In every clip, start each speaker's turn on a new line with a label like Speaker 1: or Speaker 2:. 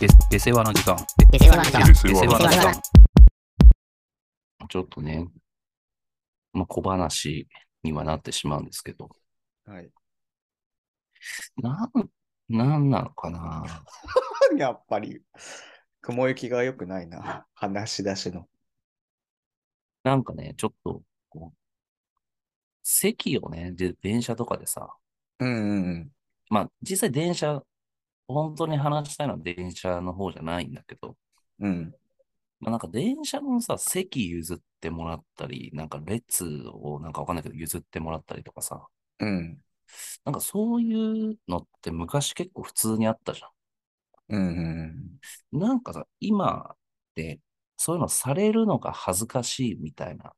Speaker 1: で、で世話の時間。
Speaker 2: で世話の時間。
Speaker 3: で
Speaker 1: で世
Speaker 3: 世
Speaker 1: 話の
Speaker 3: 話の
Speaker 1: 時
Speaker 3: 時間
Speaker 1: 間。ちょっとね、まあ、小話にはなってしまうんですけど、
Speaker 4: はい。
Speaker 1: なん、なんなのかな
Speaker 4: やっぱり、雲行きが良くないな。話し出しの。
Speaker 1: なんかね、ちょっと、こう、席をね、で、電車とかでさ、
Speaker 4: うんうんうん。
Speaker 1: まあ、実際電車、本当に話したいのは電車の方じゃないんだけど、
Speaker 4: うん。
Speaker 1: まあ、なんか電車のさ、席譲ってもらったり、なんか列をなんかわかんないけど譲ってもらったりとかさ、
Speaker 4: うん。
Speaker 1: なんかそういうのって昔結構普通にあったじゃ
Speaker 4: うんうん
Speaker 1: ん。なんかさ、今ってそういうのされるのが恥ずかしいみたいな。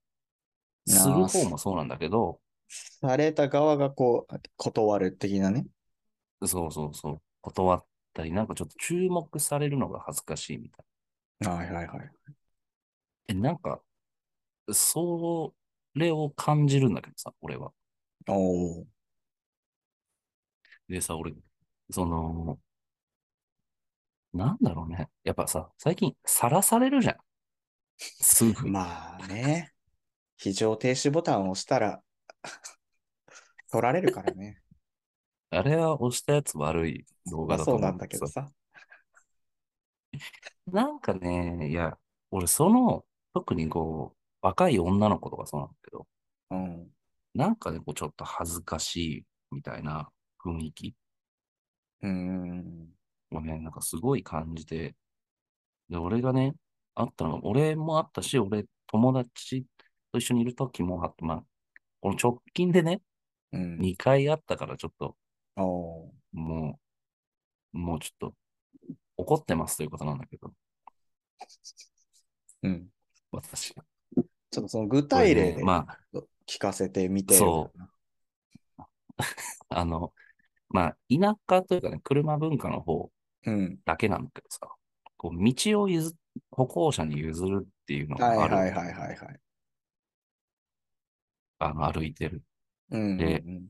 Speaker 4: いやー
Speaker 1: する方もそうなんだけど、
Speaker 4: された側がこう、断る的なね。
Speaker 1: そうそうそう、断ったり、なんかちょっと注目されるのが恥ずかしいみたい
Speaker 4: はいはいはい。
Speaker 1: な。え、なんか、それを感じるんだけどさ、俺は。
Speaker 4: おお。
Speaker 1: でさ、俺、その、なんだろうね。やっぱさ、最近、さらされるじゃん。すぐ。
Speaker 4: まあね。非常停止ボタンを押したら、 取られるからね。
Speaker 1: あれは押したやつ悪い動画
Speaker 4: まあ
Speaker 1: だと
Speaker 4: そ
Speaker 1: 思
Speaker 4: うなんだけど
Speaker 1: さ。
Speaker 4: さ。
Speaker 1: なんかね、いや、俺、その、特にこう、若い女の子とかそうなんだけど、
Speaker 4: うん。
Speaker 1: なんかね、こう、ちょっと恥ずかしいみたいな雰囲気
Speaker 4: うん。
Speaker 1: をね、なんかすごい感じて、で、俺がね、あったのが、俺もあったし、俺、友達と一緒にいる時もあって、まあ、この直近でね、
Speaker 4: うん。
Speaker 1: 2回あったから、ちょっと、
Speaker 4: おお
Speaker 1: もう、もうちょっと、怒ってますということなんだけど、
Speaker 4: ー。うん。
Speaker 1: 私。
Speaker 4: ちょっとその具体例
Speaker 1: これ
Speaker 4: で
Speaker 1: ねま
Speaker 4: 聞かせてみてよ
Speaker 1: そ。あ、あの、まあ、田舎というかね、車文化の方
Speaker 4: うん。
Speaker 1: だけなんだけどさ、こう、道を譲、歩行者に譲るっていうの
Speaker 4: はい
Speaker 1: が
Speaker 4: は
Speaker 1: あ
Speaker 4: い
Speaker 1: る、
Speaker 4: はいはいはい。
Speaker 1: あの、歩いてる。
Speaker 4: うんうん
Speaker 1: で
Speaker 4: うん。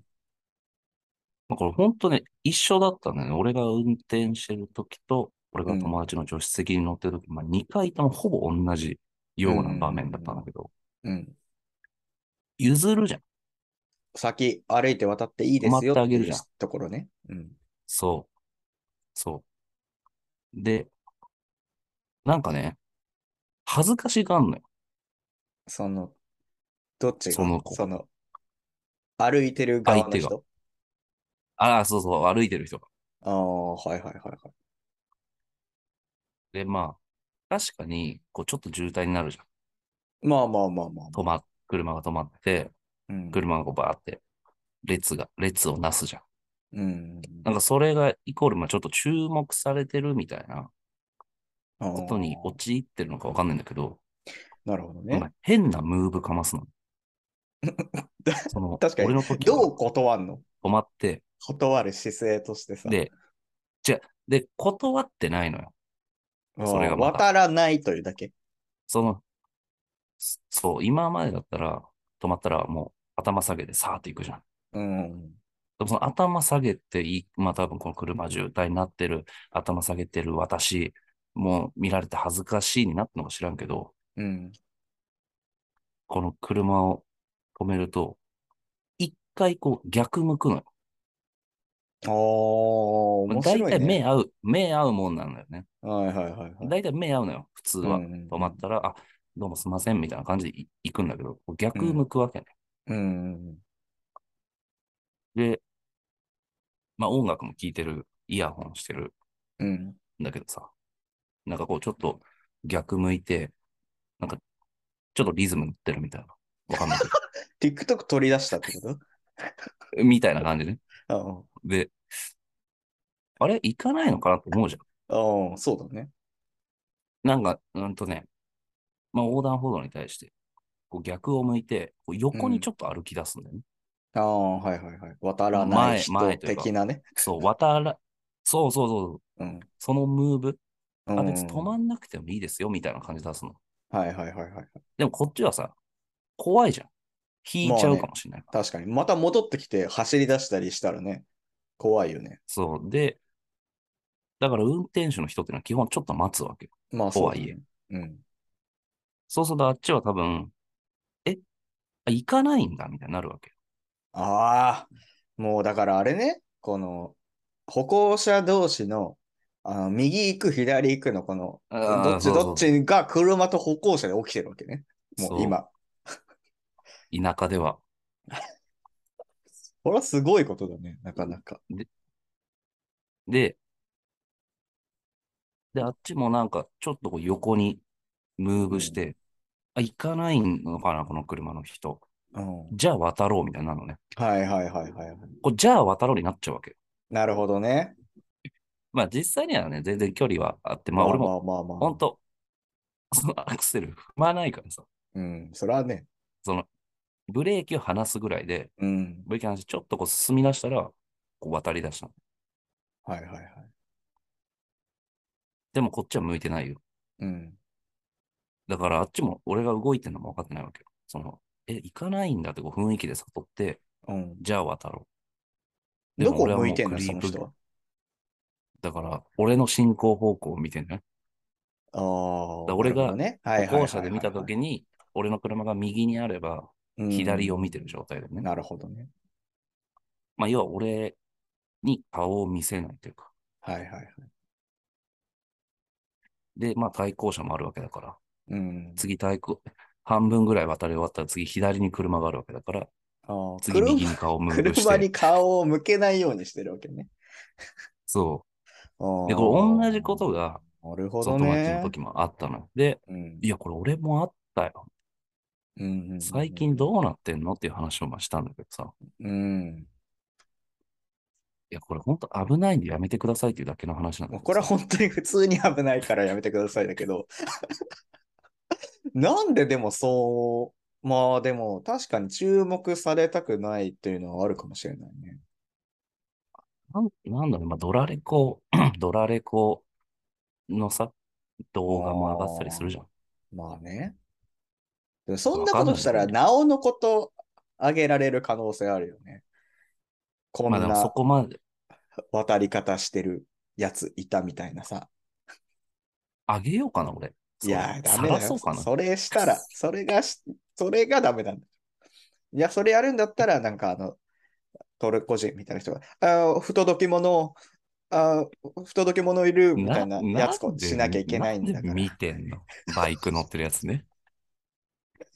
Speaker 1: まあ、これ本当ね、一緒だったんだよね。俺が運転してる時と、俺が友達の助手席に乗ってる時、まあ、2回ともほぼ同じような場面だったんだけど、
Speaker 4: うん。
Speaker 1: 譲るじゃん。
Speaker 4: 先歩いて渡っていいですよ
Speaker 1: 止まってあ
Speaker 4: って
Speaker 1: げ
Speaker 4: い
Speaker 1: るじ
Speaker 4: う
Speaker 1: ゃん
Speaker 4: ところね。うん。
Speaker 1: そう。そう。で、なんかね、恥ずかしがんのよ。
Speaker 4: その、どっちが
Speaker 1: その子
Speaker 4: その、歩いてる側の
Speaker 1: 相手
Speaker 4: 人。
Speaker 1: ああ、そうそう、歩いてる人が。
Speaker 4: ああ、はいはいはいはい。
Speaker 1: で、まあ、確かに、こう、ちょっと渋滞になるじゃん。
Speaker 4: まあまあまあまあまあ。
Speaker 1: 止ま、車が止まって、
Speaker 4: うん。
Speaker 1: 車がこうバーって、列が、列をなすじゃん。
Speaker 4: うん。
Speaker 1: なんかそれがイコール、まあちょっと注目されてるみたいなこ
Speaker 4: こと
Speaker 1: に陥ってるのかわかんないんだけど、
Speaker 4: なるほど
Speaker 1: ま
Speaker 4: ね。
Speaker 1: あ変なムーブかます の。その、
Speaker 4: 確かに
Speaker 1: 俺の時
Speaker 4: ど
Speaker 1: は
Speaker 4: う断んの
Speaker 1: 止まって、
Speaker 4: 断る姿勢としてさ。
Speaker 1: で、じゃあで、断ってないのよ。
Speaker 4: あー
Speaker 1: それがまた
Speaker 4: 渡らないというだけ。
Speaker 1: その、そそう、今までだったら、止まったらもう頭下げてさーっていくじゃん。
Speaker 4: うん。
Speaker 1: でもその頭下げていい、まあ多分この車渋滞になってる、頭下げてる私、もう見られて恥ずかしいになったのか知らんけど、
Speaker 4: うん。
Speaker 1: この車を止めると、一回こう逆向くのよ。
Speaker 4: ああ、面
Speaker 1: だい
Speaker 4: 白
Speaker 1: た
Speaker 4: い
Speaker 1: い目
Speaker 4: ね。
Speaker 1: 合う、目合うもんなんだよね。
Speaker 4: はいはいはいはい。
Speaker 1: だいたい目合うのよ、普通は。
Speaker 4: うん
Speaker 1: 止まったら、あ、どうもすいませんみたいな感じでい行くんだけど、こう逆向くわけね。
Speaker 4: うん。
Speaker 1: で、まあ音楽も聴いてる、イヤホンしてる
Speaker 4: うん。
Speaker 1: んだけどさ、なんかこうちょっと逆向いて、なんかちょっとリズム乗ってるみたいな。わかんないけ
Speaker 4: TikTok 取り出したってこと
Speaker 1: ど。みたいな感じね。
Speaker 4: あー
Speaker 1: で、あれ行かないのかなと思うじゃん。
Speaker 4: あー、そうだね。
Speaker 1: なんか、うんとね、まあ横断歩道に対して、こう逆を向いて、こう横にちょっと歩き出すんだよね。
Speaker 4: ああ、はいはいはい。渡らない人
Speaker 1: 前前というか
Speaker 4: 的なね。
Speaker 1: そう、渡ら、そうそうそう、
Speaker 4: うん。
Speaker 1: そのムーブ、あ、別に
Speaker 4: うん
Speaker 1: 止まんなくてもいいですよ、みたいな感じ出すの。
Speaker 4: はいはいはいはい。
Speaker 1: でもこっちはさ、怖いじゃん。引いちゃうかもしれない。
Speaker 4: 確かに。また戻ってきて走り出したりしたらね、怖いよね。
Speaker 1: そう。で、だから運転手の人っていうのは基本ちょっと待つわけよ。
Speaker 4: まあ、そうだ、
Speaker 1: とはい
Speaker 4: ね。うん。
Speaker 1: そうするとあっちは多分、え、あ行かないんだみたいになるわけよ。
Speaker 4: ああ、もうだからあれね、この、歩行者同士の、あの右行く、左行くの、この、
Speaker 1: あー
Speaker 4: どっち
Speaker 1: そうそう
Speaker 4: どっちが車と歩行者で起きてるわけね。もう
Speaker 1: そ
Speaker 4: 今。
Speaker 1: う。田舎では。
Speaker 4: これはすごいことだね、なかなか。
Speaker 1: で、で、あっちもなんかちょっとこう横にムーブして、あ、行かないのかな、この車の人。
Speaker 4: うん。はい
Speaker 1: じゃあ渡ろうみたいになるのね。
Speaker 4: はいはいはいはい。
Speaker 1: これじゃあ渡ろうになっちゃうわけよ。
Speaker 4: なるほどね。
Speaker 1: まあ実際にはね、全然距離はあって、まあ俺も
Speaker 4: まあまあまあ
Speaker 1: 本当、 そのアクセル踏まないからさ、
Speaker 4: うん、それはね。
Speaker 1: ブレーキを離すぐらいで、
Speaker 4: うん。
Speaker 1: ブレーキ離してちょっとこう進み出したら、こう渡り出したの。
Speaker 4: はいはいはい。
Speaker 1: でもこっちは向いてないよ。
Speaker 4: うん。
Speaker 1: だからあっちも俺が動いてんのも分かってないわけよ。その、え、行かないんだってこう雰囲気で悟って、
Speaker 4: うん。
Speaker 1: じゃあ渡ろう。
Speaker 4: どこ向いてんの、
Speaker 1: クリ
Speaker 4: そ
Speaker 1: ー
Speaker 4: の
Speaker 1: プ
Speaker 4: 人は。
Speaker 1: だから、俺の進行方向を見てね。
Speaker 4: ああ。
Speaker 1: だ俺が
Speaker 4: なるほどね、は
Speaker 1: 歩
Speaker 4: いはいはいはい
Speaker 1: 行者で見たときに、俺の車が右にあれば、左を見てる状態だよ
Speaker 4: うん
Speaker 1: ね。
Speaker 4: なるほどね。
Speaker 1: まあ、要は俺に顔を見せないというか。
Speaker 4: はいはいはい。
Speaker 1: で、まあ、対向車もあるわけだから、
Speaker 4: うん。
Speaker 1: 次対向、半分ぐらい渡り終わったら次左に車があるわけだから、
Speaker 4: あー
Speaker 1: 次右に顔をムーブして。
Speaker 4: 車に顔を向けないようにしてるわけね。
Speaker 1: そ
Speaker 4: で、
Speaker 1: う。で、これ同じことが、
Speaker 4: なるほど
Speaker 1: 外巻きの
Speaker 4: ね。
Speaker 1: 時もあったのよ。で、
Speaker 4: うん
Speaker 1: いや、これ俺もあったよ。
Speaker 4: うんうん
Speaker 1: 最近どうなってんのっていう話をまあしたんだけどさ。
Speaker 4: うん。
Speaker 1: いや、これ本当危ないんでやめてくださいっていうだけの話なんだ
Speaker 4: もう
Speaker 1: け
Speaker 4: こ
Speaker 1: ど
Speaker 4: れ
Speaker 1: さ
Speaker 4: は本当に普通に危ないからやめてくださいだけど。 なんででもそう、まあでも確かに注目されたくないっていうのはあるかもしれないね。
Speaker 1: なんなんだろう、まあ、ドラレコ、 ドラレコのさ、動画も上がったりするじゃん。
Speaker 4: まあね。でもそんなことした
Speaker 1: わ
Speaker 4: ら、
Speaker 1: かん
Speaker 4: なおのことあげられる可能性あるよね。こん
Speaker 1: まあでもそ
Speaker 4: な
Speaker 1: こまで
Speaker 4: 渡り方してるやついたみたいなさ。
Speaker 1: 上げようかな、俺。
Speaker 4: いやー、
Speaker 1: それ
Speaker 4: ダメだ
Speaker 1: 晒そ
Speaker 4: よ。
Speaker 1: うかな。
Speaker 4: それしたら、それがし、それがダメなんだ。いや、それやるんだったら、なんかあの、トルコ人みたいな人が、あー不届き者、あー不届き者いるみたいなやつこ
Speaker 1: んで
Speaker 4: しなきゃいけないんだ
Speaker 1: なん
Speaker 4: か
Speaker 1: で
Speaker 4: ら。
Speaker 1: 見てんのバイク乗ってるやつね。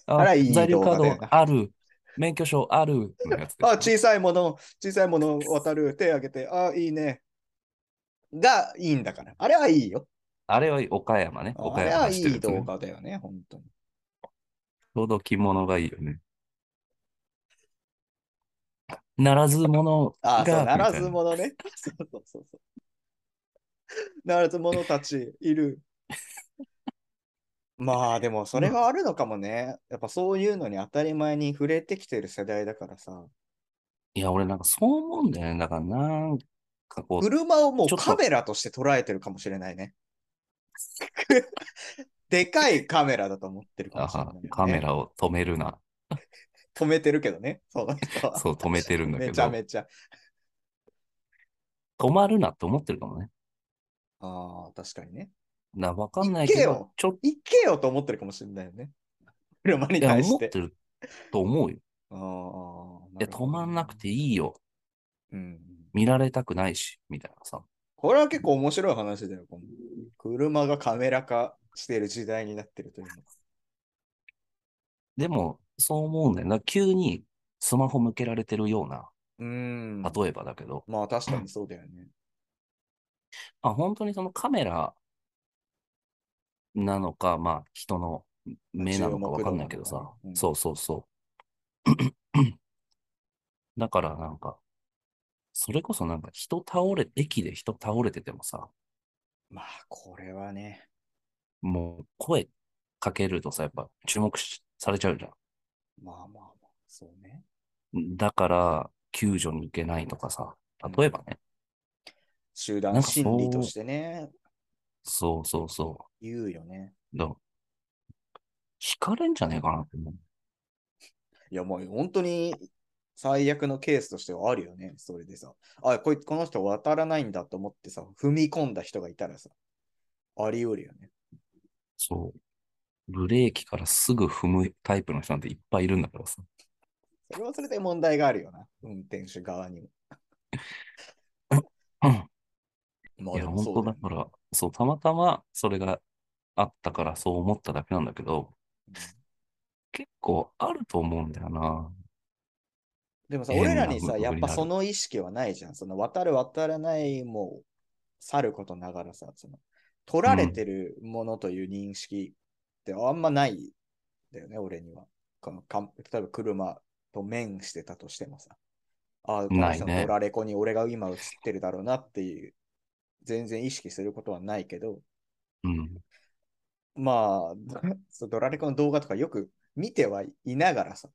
Speaker 1: あ
Speaker 4: あらいい
Speaker 1: 在留カー
Speaker 4: 動画だよ
Speaker 1: ド
Speaker 4: な
Speaker 1: ある。免許証ある。のやつでしょ
Speaker 4: あ、小さいもの、小さいもの渡る、手挙げて、あ、いいね。がいいんだから。あれはいいよ。
Speaker 1: あれは岡山ね。
Speaker 4: あ
Speaker 1: 岡
Speaker 4: れ
Speaker 1: 山
Speaker 4: は
Speaker 1: 走
Speaker 4: い
Speaker 1: ってる
Speaker 4: い
Speaker 1: やつね
Speaker 4: 動画だよね、本当に。
Speaker 1: ちょうど着物がいいよね。ならず者が。
Speaker 4: ああ、そう、なら
Speaker 1: みたい
Speaker 4: ず者ね。そうそうそうそう。ならず者たちいる。まあでもそれはあるのかもね。やっぱそういうのに当たり前に触れてきてる世代だからさ。
Speaker 1: いや、俺なんかそう思うんだよね。だからなんかこう、
Speaker 4: 車をも
Speaker 1: ち
Speaker 4: う
Speaker 1: ょっと
Speaker 4: カメラとして捉えてるかもしれないね。 でかいカメラだと思ってるか
Speaker 1: あ
Speaker 4: もしれな、
Speaker 1: はい
Speaker 4: ね。
Speaker 1: カメラを止めるな。
Speaker 4: 止めてるけどね。その人は。
Speaker 1: そう、止めてるんだけ
Speaker 4: めちゃ
Speaker 1: ど、
Speaker 4: めちゃ。
Speaker 1: 止まるなって思ってるかもね。
Speaker 4: ああ、確かにね。
Speaker 1: な、わかんないけ
Speaker 4: 行け
Speaker 1: ど
Speaker 4: よ、
Speaker 1: ちょっ
Speaker 4: 行けよと思ってるかもしれないよね。車
Speaker 1: と、
Speaker 4: に
Speaker 1: いや、
Speaker 4: 対
Speaker 1: 思
Speaker 4: し。
Speaker 1: っててると思うよ。
Speaker 4: ああ
Speaker 1: いや、止まんなく。ていいよ。
Speaker 4: るほどねうん。
Speaker 1: 見られたくないし、みたいなさ。
Speaker 4: これは結構面白い話だよ。この車がカメラ化してる時代になってるというの。
Speaker 1: でも、そう思うんだよな。急にスマホ向けられてるような、
Speaker 4: うん。
Speaker 1: 例えばだけど、
Speaker 4: まあ確かにそうだよ ね。
Speaker 1: あ、本当にそのカメラなのか、まあ、人の目なのかわかんないけど
Speaker 4: 注目
Speaker 1: さ
Speaker 4: 度なのか。ねうん
Speaker 1: そうそうそう。 だからなんか、それこそなんか人倒れ、駅で人倒れててもさ、
Speaker 4: まあこれはね。
Speaker 1: もう声かけるとさ、やっぱ注目しされちゃうじゃ
Speaker 4: まあまあまあ、そうね。
Speaker 1: ん。だから、救助に行けないとかさ、例えばね、
Speaker 4: 集
Speaker 1: な
Speaker 4: 団
Speaker 1: んかそう
Speaker 4: 心理としてね、
Speaker 1: そうそうそ
Speaker 4: 言うよね。
Speaker 1: う。だから惹かれんじゃねえかなって思う。
Speaker 4: いやもう本当に最悪のケースとしてはあるよね。それでさ、あ、こいこの人渡らないんだと思ってさ、踏み込んだ人がいたらさ、あり得るよね。
Speaker 1: そう。ブレーキからすぐ踏むタイプの人なんていっぱいいるんだからさ。
Speaker 4: それはそれで問題があるよな。運転手側にも。
Speaker 1: うんい
Speaker 4: まあ
Speaker 1: や、
Speaker 4: でも
Speaker 1: 本
Speaker 4: そう
Speaker 1: 当
Speaker 4: だ
Speaker 1: だ
Speaker 4: よね
Speaker 1: から、そう、たまたまそれがあったからそう思っただけなんだけど、
Speaker 4: うん
Speaker 1: 結構あると思うんだよな。
Speaker 4: でもさ、
Speaker 1: 変な
Speaker 4: 俺らにさ、
Speaker 1: 部分
Speaker 4: やっぱ
Speaker 1: になる
Speaker 4: その意識はないじゃん。その渡る渡らないもさることながらさ、その取られてるものという認識ってあんまないんだよね、俺には。このかん例えば車と面してたとしてもさ。ああ、この
Speaker 1: ないね
Speaker 4: 人のドラレコに俺が今映ってるだろうなっていう、全然意識することはないけど、
Speaker 1: うん。
Speaker 4: まあ、そうドラレコの動画とかよく見てはいながら さ。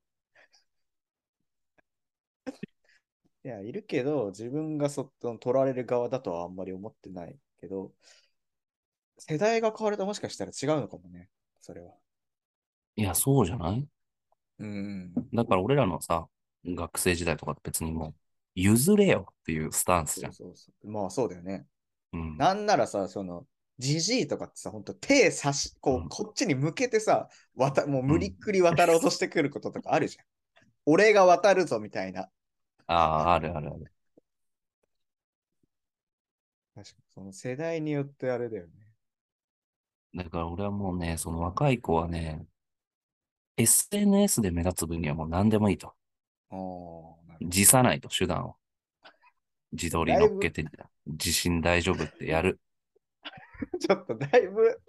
Speaker 4: いや、いるけど、自分がそその取られる側だとはあんまり思ってないけど、世代が変わるともしかしたら違うのかもね、それは。
Speaker 1: いや、そうじゃない
Speaker 4: うん。
Speaker 1: だから俺らのさ、学生時代とかって別にもう、譲れよっていうスタンスじ
Speaker 4: そ
Speaker 1: ゃ。
Speaker 4: うんそうそう。まあそうだよね。
Speaker 1: うん。
Speaker 4: なんならさ、その、じじいとかってさ、ほんと手差し、こ
Speaker 1: う
Speaker 4: う、
Speaker 1: ん
Speaker 4: こっちに向けてさ、わたもう無理っくり渡ろうとしてくることとかあるじゃん。俺が渡るぞみたいな。
Speaker 1: ああ、あるあるある。
Speaker 4: 確かに、その世代によってあれだよね。
Speaker 1: だから俺はもうね、その若い子はね、SNS で目立つ分にはもう何でもいいと。
Speaker 4: ああ、なる
Speaker 1: 辞さないと、手段を。自撮り乗っけて、自信大丈夫ってやる。
Speaker 4: ほど ちょっとだいぶ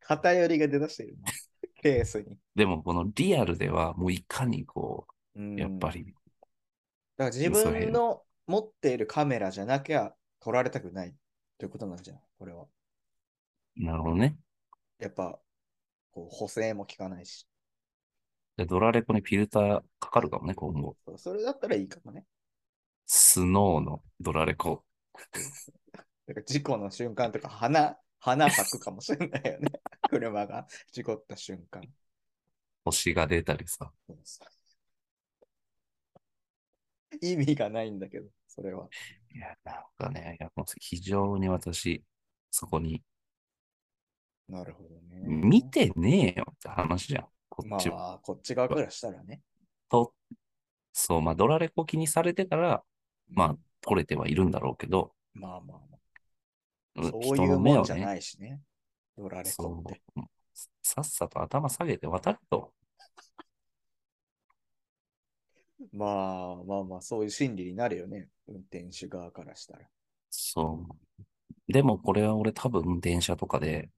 Speaker 4: 偏りが出だしてるな。 ケースに。
Speaker 1: でもこのリアルではもういかにこ
Speaker 4: うん
Speaker 1: う、やっぱ。り、
Speaker 4: だから自分の持っているカメラじゃなきゃ撮られたくないということなんじゃないこれは。
Speaker 1: なるほどね。
Speaker 4: やっぱ、こう補正も効かないし。
Speaker 1: でドラレコにフィルターかかるかもね、今後。
Speaker 4: そうそれだったらいいかもね。
Speaker 1: スノーのドラレコ。
Speaker 4: だから事故の瞬間とか花、花咲くかもしれないよね。 車が事故った瞬間。
Speaker 1: 星が出たりさ。
Speaker 4: そうそう意味がないんだけど、それは。
Speaker 1: いや、なんかね、いやもう非常に私、そこに、
Speaker 4: なるほどね。
Speaker 1: 見てねえよって話じゃん。こ
Speaker 4: ま
Speaker 1: っちは。
Speaker 4: あ、こっち側からしたらね。
Speaker 1: と、そう、まあ、ドラレコ気にされてたら、ま
Speaker 4: う
Speaker 1: あ
Speaker 4: ん、
Speaker 1: 取れてはいるんだろうけど、
Speaker 4: まあまあま
Speaker 1: う
Speaker 4: あ。
Speaker 1: ん
Speaker 4: そう
Speaker 1: 人
Speaker 4: いう
Speaker 1: の目
Speaker 4: もん
Speaker 1: を
Speaker 4: じゃ
Speaker 1: ね、
Speaker 4: ないしね。ドラレコ
Speaker 1: そ
Speaker 4: って。
Speaker 1: う、さっさと頭下げて渡ると。
Speaker 4: まあまあまあ、そういう心理になるよね。運転手側からしたら。
Speaker 1: そう。でもこれは俺多分電車とかで、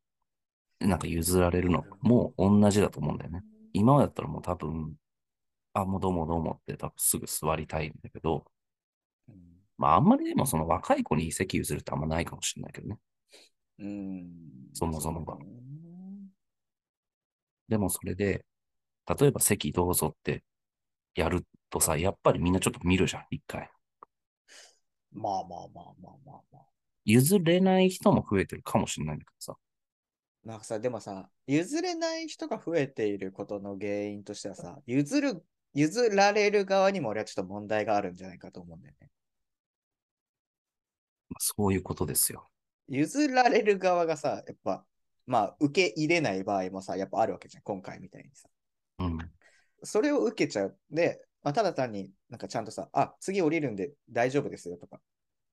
Speaker 1: なんか譲られるのも同じだと思うんだよね。今だったらもう多分、あ、もうどうもどうもって多分すぐ座りたいんだけど、
Speaker 4: うん
Speaker 1: まああんまりでもその若い子に席譲るってあんまないかもしれないけどね。
Speaker 4: うん。
Speaker 1: そもそもが
Speaker 4: うだね
Speaker 1: でもそれで、例えば席どうぞってやるとさ、やっぱりみんなちょっと見るじゃん、一回。
Speaker 4: まあまあまあまあまあまあ。
Speaker 1: 譲れない人も増えてるかもしれないんだけどさ。
Speaker 4: なんかさ、でもさ、譲れない人が増えていることの原因としてはさ、譲る、譲られる側にも俺はちょっと問題があるんじゃないかと思うんだよね。
Speaker 1: まあそういうことですよ。
Speaker 4: 譲られる側がさ、やっぱ、まあ、受け入れない場合もさ、やっぱあるわけじゃん、今回みたいにさ。
Speaker 1: うん。そ
Speaker 4: それを受けちゃう。で、まあ、ただ単になんかちゃんとさ、あ、次降りるんで大丈夫ですよとかっ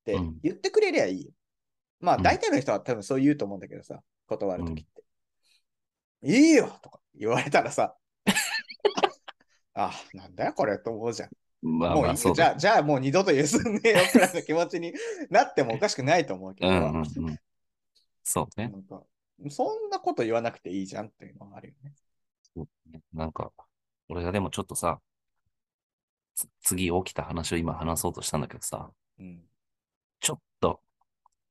Speaker 4: て
Speaker 1: うん
Speaker 4: 言ってくれりゃいいよ。まあ、
Speaker 1: うん
Speaker 4: 大体の人は多分そう言うと思うんだけどさ、断るときって。いいよとか言われたらさ、 あ、なんだよこれと思うじゃん。
Speaker 1: まあ
Speaker 4: もうい
Speaker 1: ま
Speaker 4: い
Speaker 1: あ、
Speaker 4: よ
Speaker 1: そう
Speaker 4: じ
Speaker 1: だ
Speaker 4: ゃあ、じゃあもう二度と譲んねえよくらいの気持ちになってもおかしくないと思うけ
Speaker 1: う
Speaker 4: ど
Speaker 1: ん
Speaker 4: さ、
Speaker 1: うんうん。そうね
Speaker 4: な。んかそんなこと言わなくていいじゃんっていうのはあるよね。
Speaker 1: そうねなんか、俺がでもちょっとさ、つ次起きた話を今話そうとしたんだけどさ、
Speaker 4: うん
Speaker 1: ちょっと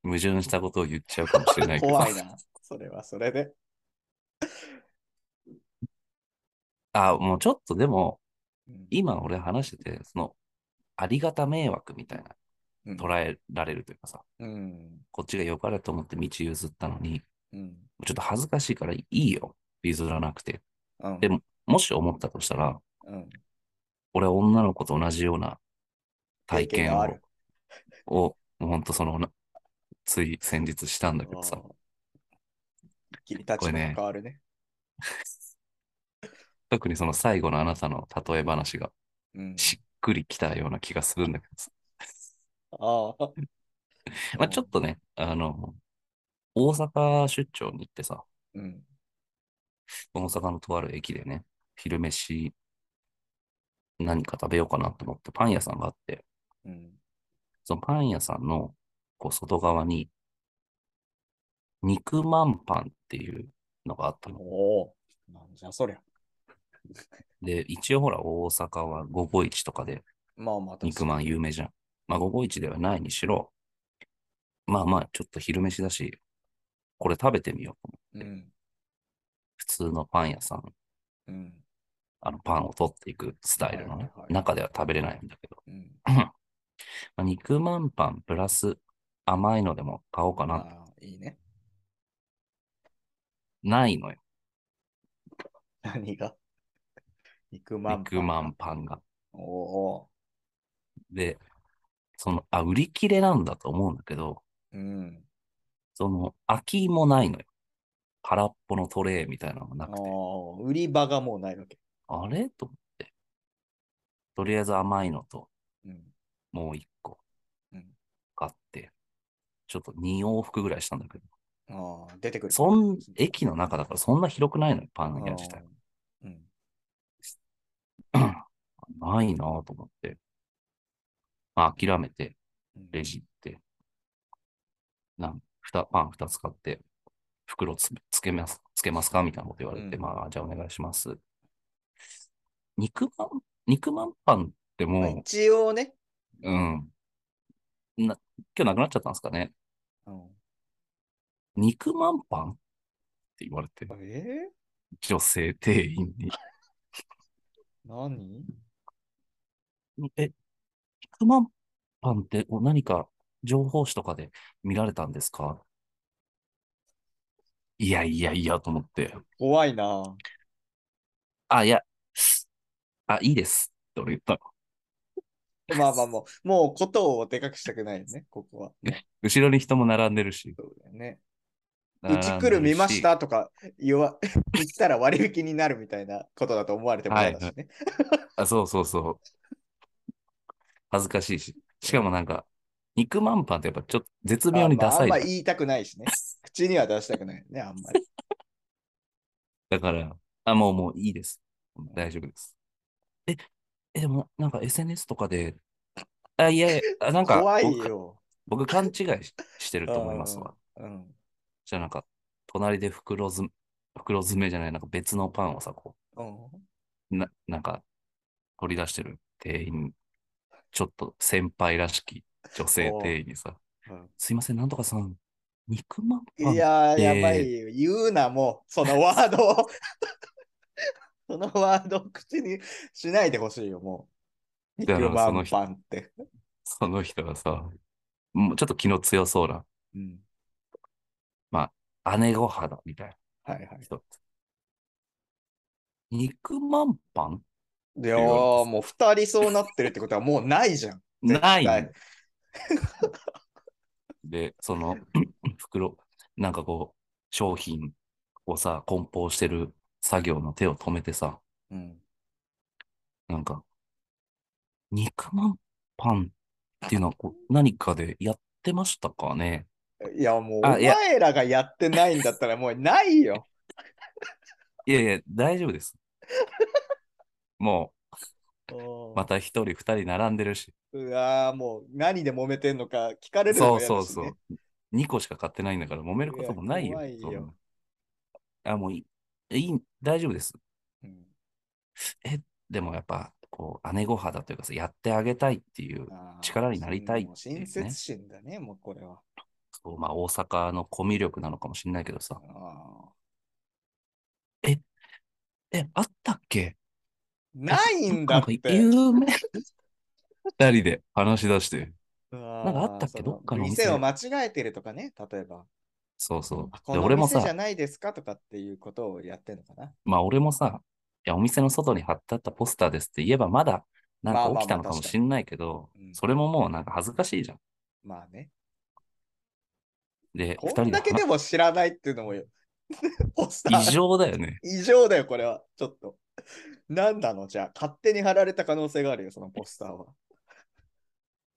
Speaker 1: 矛盾したことを言っちゃうかもしれないけど。
Speaker 4: 怖いな。それはそれで。
Speaker 1: あ、もうちょっとでも、
Speaker 4: うん
Speaker 1: 今俺話してて、その、ありがた迷惑みたいな、
Speaker 4: うん
Speaker 1: 捉えられるというかさ、
Speaker 4: うん。
Speaker 1: こっちが良かれと思って道譲ったのに、
Speaker 4: うん。
Speaker 1: ちょっと恥ずかしいからいいよ。譲らなくて。
Speaker 4: うん
Speaker 1: でもし思ったとしたら、
Speaker 4: うん。
Speaker 1: 俺は女の子と同じような体
Speaker 4: 経験
Speaker 1: 験
Speaker 4: が
Speaker 1: を
Speaker 4: ある、
Speaker 1: を、本当そのな、つい先日したんだけどさ、
Speaker 4: 君た
Speaker 1: これ
Speaker 4: ちも
Speaker 1: ね
Speaker 4: 関わるね。
Speaker 1: 特にその最後のあなたの例え話が
Speaker 4: うん、
Speaker 1: しっくりきたような気がするんだけどさ、
Speaker 4: ああ。
Speaker 1: まあちょっとね、あの、大阪出張に行ってさ、
Speaker 4: うん。
Speaker 1: 大阪のとある駅でね、昼飯、何か食べようかなと思って、パン屋さんがあって、
Speaker 4: うん。
Speaker 1: そのパン屋さんのこう外側に、肉まんパンっていうのがあったの。
Speaker 4: おお。なんじゃそりゃ。
Speaker 1: で、一応ほら、大阪は午後市とかで
Speaker 4: まあまあ、
Speaker 1: 肉まん有名じゃん。まあ、午後市ではないにしろ、まあまあ、ちょっと昼飯だし、これ食べてみようと思う。
Speaker 4: うん。
Speaker 1: 普通のパン屋さん、
Speaker 4: うん。
Speaker 1: あの、パンを取っていくスタイルの
Speaker 4: はい
Speaker 1: ね
Speaker 4: はいは、い
Speaker 1: 中では食べれないんだけど、
Speaker 4: うん。
Speaker 1: まあ、肉まんパンプラス甘いのでも買おうか
Speaker 4: あ
Speaker 1: な。
Speaker 4: あ、いいね。
Speaker 1: ないのよ、
Speaker 4: 何が肉まんパン。
Speaker 1: 肉まんパンが。
Speaker 4: おお
Speaker 1: で、その、あ、売り切れなんだと思うんだけど、
Speaker 4: ー。うん。
Speaker 1: その、空きもないのよ。空っぽのトレーみたいなのがなくて。
Speaker 4: おー売り場がもうないわけ。
Speaker 1: あれと思って。とりあえず甘いのと、
Speaker 4: うん。
Speaker 1: もう一個
Speaker 4: うん。
Speaker 1: 買って、ちょっと2往復ぐらいしたんだけど、
Speaker 4: ああ、出てくる。
Speaker 1: そん、駅の中だからそんな広くないのよ、パン屋自体。
Speaker 4: あーうん。
Speaker 1: ないなぁと思って。まあ、諦めて、
Speaker 4: うん
Speaker 1: レジ行って、なん、ふた、パン2つ買って、袋つつけます、つけますかみたいなこと言われて、
Speaker 4: うん
Speaker 1: まあ、じゃあお願いします。肉まん、肉まんパンってもう、
Speaker 4: まあ一応ね。
Speaker 1: うん。な、今日なくなっちゃったんですかね。
Speaker 4: うん
Speaker 1: 肉まんパンって言われて、
Speaker 4: え
Speaker 1: 女性店員
Speaker 4: ー、何
Speaker 1: に、え、肉まんパンってお何か情報誌とかで見られたんですかいやいやいやと思って、
Speaker 4: 怖いな。
Speaker 1: あ、いや、あ、いいですって俺言ったの。
Speaker 4: まあまあもう、 もうことをでかくしたくないよね、ここは。
Speaker 1: 後ろに人も並んでるし。
Speaker 4: そうだよね。うち来る見まし
Speaker 1: 並んでる
Speaker 4: たとか言わ 言ったら割引になるみたいなことだと思われても嫌だしね。
Speaker 1: し。あ、そうそうそう。恥ずかしいし。しかもなんか、肉まんパンってやっぱちょっと絶妙にダサい
Speaker 4: あ
Speaker 1: じ
Speaker 4: ま
Speaker 1: ゃ
Speaker 4: ああ
Speaker 1: ん
Speaker 4: んま言いたくないしね。口には出したくないよね、あんまり。
Speaker 1: だから、あ、もう、もういいです。大丈夫です。え、え、でも、なんか SNS とかで、あ、いやいや、あなんか
Speaker 4: 怖い
Speaker 1: 僕、
Speaker 4: よ。
Speaker 1: 僕勘違いししてると思いますわ。
Speaker 4: うん。
Speaker 1: じゃあなんか、隣で袋詰め、袋詰めじゃない、なんか別のパンをさ、こ
Speaker 4: うん。
Speaker 1: う、な、なんか、取り出してる店員、ちょっと先輩らしき女性
Speaker 4: おう
Speaker 1: 店員にさ、
Speaker 4: うん
Speaker 1: すいません、なんとかさん、肉まんパン
Speaker 4: いや
Speaker 1: え
Speaker 4: ー、
Speaker 1: ー
Speaker 4: やばいよ。言うな、もう、そのワードを。 そのワードを口にしないでほしいよ、もう。
Speaker 1: だから
Speaker 4: 肉ま
Speaker 1: その
Speaker 4: ん
Speaker 1: 人
Speaker 4: パンって。
Speaker 1: その人がさ、もうちょっと気の強そうな、
Speaker 4: うん。
Speaker 1: 姉御肌みたいな。
Speaker 4: はいはい。
Speaker 1: 一つ肉まんパン
Speaker 4: いやー、もう二人そうなってるってことはもう ないじゃん。絶
Speaker 1: な
Speaker 4: 対
Speaker 1: いので、その 袋、なんかこう、商品をさ、梱包してる作業の手を止めてさ、
Speaker 4: うん。
Speaker 1: なんか、肉まんパンっていうのはこう何かでやってましたかね
Speaker 4: いや、もう、お
Speaker 1: あいや
Speaker 4: 前らがやってないんだったらもうないよ。
Speaker 1: いやいや、大丈夫 です。もう、 ま
Speaker 4: う
Speaker 1: た一人、二人並んでるし、
Speaker 4: わー、もう何で揉めてんのか聞かれるの
Speaker 1: そ
Speaker 4: も
Speaker 1: う
Speaker 4: 嫌
Speaker 1: そう
Speaker 4: だし、ね。
Speaker 1: そう。2個しか買ってないんだから、揉めることもないよ。
Speaker 4: いや怖いよ
Speaker 1: そんなあ、もういい、いい、大丈夫です。
Speaker 4: うん
Speaker 1: でもやっぱ、こう、姉御肌というかさ、やってあげたいっていう、
Speaker 4: あー
Speaker 1: 力になりたい
Speaker 4: もう親
Speaker 1: っていうね
Speaker 4: 切心だね、もうこれは。
Speaker 1: そうまあ、大阪のコミュ力なのかもしれないけどさ、
Speaker 4: あ
Speaker 1: え、あったっけ
Speaker 4: ーないんだ
Speaker 1: な
Speaker 4: っ
Speaker 1: んか
Speaker 4: て。
Speaker 1: 有名。二人で話し出して。
Speaker 4: なん
Speaker 1: かあったっけどっかのお店
Speaker 4: 店を間違えてるとかね、例えば。
Speaker 1: そうそ
Speaker 4: あ
Speaker 1: う。
Speaker 4: こ
Speaker 1: で、
Speaker 4: の
Speaker 1: 俺も
Speaker 4: 店じゃ
Speaker 1: さ、
Speaker 4: ないですかとかっていうことをやってるのかな。
Speaker 1: まあ俺もさ、いや、お店の外に貼ってあったポスターですって言えば、まだなん
Speaker 4: まあ
Speaker 1: か
Speaker 4: まあまあ
Speaker 1: 起きたのかもしんないけど
Speaker 4: 確かにう、ん
Speaker 1: それももうなんか恥ずかしいじゃん。
Speaker 4: まあね。
Speaker 1: で、二
Speaker 4: こ
Speaker 1: 人
Speaker 4: ん
Speaker 1: で
Speaker 4: だけでも知らないっていうのも よ。ポスタ
Speaker 1: 異
Speaker 4: ー
Speaker 1: 常だよね。
Speaker 4: 異常だよ、これは。ちょっと。なんなのじゃあ、勝手に貼られた可能性があるよ、そのポスターは。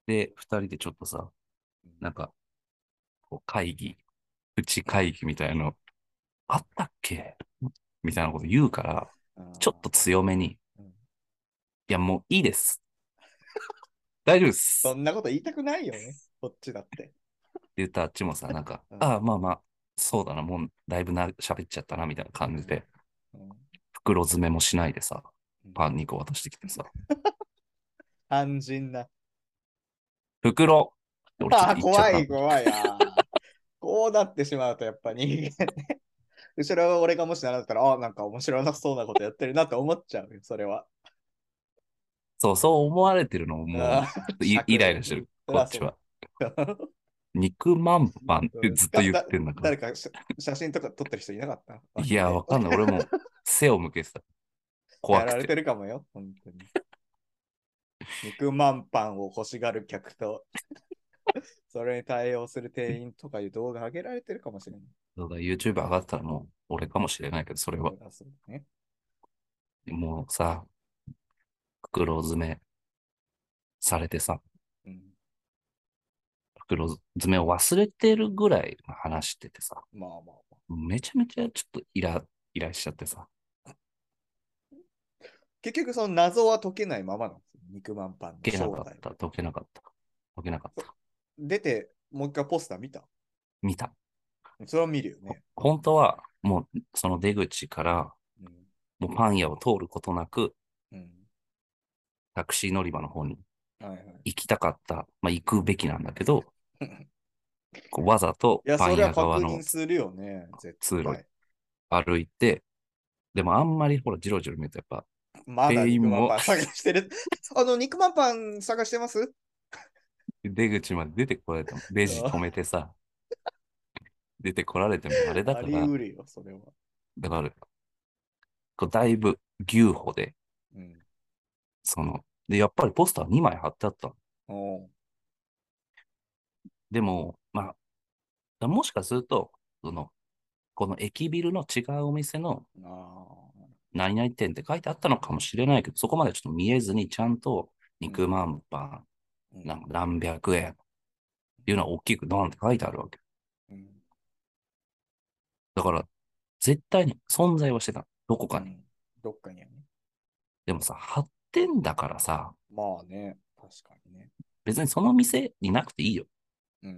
Speaker 1: で、二人でちょっとさ、なんか、こう会議、うち会議みたいなの、あったっけみたいなこと言うから、
Speaker 4: うん
Speaker 1: ちょっと強めに、
Speaker 4: うん
Speaker 1: いや、もういいです。大丈夫です。
Speaker 4: そんなこと言いたくないよね、こっちだって。
Speaker 1: 言ったあっちもさ、なんか、
Speaker 4: うん
Speaker 1: ああ、まあまあ、そうだな、もうだいぶな喋っちゃったな、みたいな感じで、
Speaker 4: うん
Speaker 1: 袋詰めもしないでさ、パン2個渡してきて さ、
Speaker 4: 肝心な。
Speaker 1: 袋って俺ちょっ
Speaker 4: あ
Speaker 1: と
Speaker 4: ー、
Speaker 1: 言っちゃ
Speaker 4: 怖
Speaker 1: った
Speaker 4: い、怖い。あー こうなってしまうと、やっぱ人間ね。 後ろは俺がもしなだったら、あーなんか面白なそうなことやってるなって思っちゃうよ、それは。
Speaker 1: そう、そう思われてるのをもう、
Speaker 4: あ
Speaker 1: ちょっとい
Speaker 4: 尺
Speaker 1: イライラしてる、こ
Speaker 4: そりゃ
Speaker 1: っ
Speaker 4: そう
Speaker 1: ちは。肉まんパンってずっと言ってんだから
Speaker 4: 誰。か写写真とか撮ってる人いなかった
Speaker 1: いや、わかんない。俺も背を向けてた。怖
Speaker 4: やら
Speaker 1: く
Speaker 4: れ
Speaker 1: て。
Speaker 4: てるかもよ、本当に。 肉まんパンを欲しがる客と、 それに対応する店員とかいう動画上げられてるかもしれない。
Speaker 1: そうだ YouTube 上がったらもう俺かもしれないけど、それは
Speaker 4: そ。うだそうだね
Speaker 1: もうさ、袋詰めされてさ、
Speaker 4: うん、
Speaker 1: 袋詰めを忘れてるぐらい話しててさ、
Speaker 4: まあまあまあ。
Speaker 1: めちゃめちゃちょっとイラ、イラしちゃってさ。
Speaker 4: 結局その謎は解けないままなんですよ。肉まんパンの
Speaker 1: 解けな
Speaker 4: 正
Speaker 1: かっ
Speaker 4: 体。
Speaker 1: た。解けなかった。解けなかった。
Speaker 4: 出て、もう一回ポスター見た。
Speaker 1: 見た。
Speaker 4: それは見るよね。
Speaker 1: 本当はもうその出口から
Speaker 4: うん
Speaker 1: もうパン屋を通ることなく、
Speaker 4: うん。
Speaker 1: タクシー乗り場の方に
Speaker 4: はいはい。
Speaker 1: 行きたかった、まあ、行くべきなんだけ ど、こうわざと
Speaker 4: いや、
Speaker 1: パ
Speaker 4: そ
Speaker 1: ン
Speaker 4: れは
Speaker 1: 屋
Speaker 4: 確
Speaker 1: 側の
Speaker 4: 認するよね。絶
Speaker 1: 通路
Speaker 4: 対。
Speaker 1: 歩いて、でもあんまりほら、じろじろ見るとやっぱ、
Speaker 4: まだ
Speaker 1: 店員
Speaker 4: 肉
Speaker 1: も
Speaker 4: まんパン探してる。 あの、肉まんパン探してます
Speaker 1: 出口まで出てこられても、レジ止めて さ、出てこられてもあれだ
Speaker 4: あ
Speaker 1: か
Speaker 4: り
Speaker 1: ら、
Speaker 4: うるよ、それは。
Speaker 1: だから、こうだいぶ牛歩で、
Speaker 4: うん。
Speaker 1: その、で、やっぱりポスター2枚貼ってあったの。
Speaker 4: おう
Speaker 1: でも、まあ、だからもしかすると、その、この駅ビルの違うお店の
Speaker 4: ああ。
Speaker 1: 何々店って書いてあったのかもしれないけど、そこまでちょっと見えずに、ちゃんと肉まんパ
Speaker 4: うん
Speaker 1: ン、なんか何百円っていうのは大きくドンって書いてあるわけ。
Speaker 4: うん
Speaker 1: だから、絶対に存在はしてた。どこかに。
Speaker 4: うんどっかにはね。
Speaker 1: でもさ、貼ってんだからさ、
Speaker 4: まあね、確かにね。
Speaker 1: 別にその店になくていいよ。
Speaker 4: うん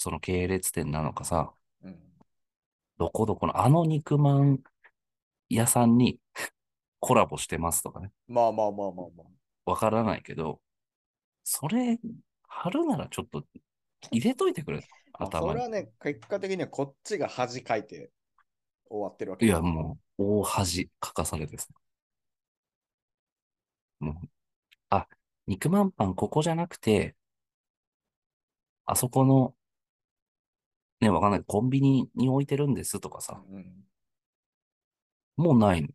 Speaker 1: その系列店なのかさ、
Speaker 4: うんうん。
Speaker 1: どこどこのあの肉まん屋さんに コラボしてますとかね。
Speaker 4: まあまあまあまあまあ。
Speaker 1: わからないけど、それ貼るならちょっと入れといてくれ。
Speaker 4: まあ、そ
Speaker 1: 頭
Speaker 4: れ
Speaker 1: に。
Speaker 4: はね、結果的にはこっちが恥かいて終わってるわけ
Speaker 1: いや、
Speaker 4: う。
Speaker 1: もう、大恥かかされてさ。もう、あ、肉まんパンここじゃなくて、あそこの、ね、わかんない、コンビニに置いてるんですとかさ、
Speaker 4: うん
Speaker 1: もうないの。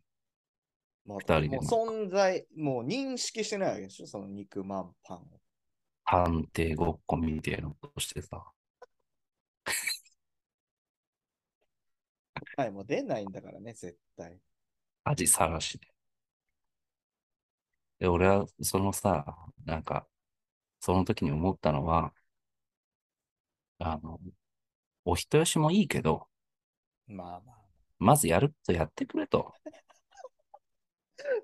Speaker 4: まあ、
Speaker 1: 人で
Speaker 4: もう存在、もう認識してないわけでしょ、その肉まんパンを。
Speaker 1: 探偵ごっこみたいなことしてさ。
Speaker 4: はい、もう出ないんだからね、絶対。
Speaker 1: 恥さらしで。で、俺は、そのさ、なんか、その時に思ったのは、あの、お人よしもいいけど、
Speaker 4: まあまあ。
Speaker 1: まずやることやってくれと。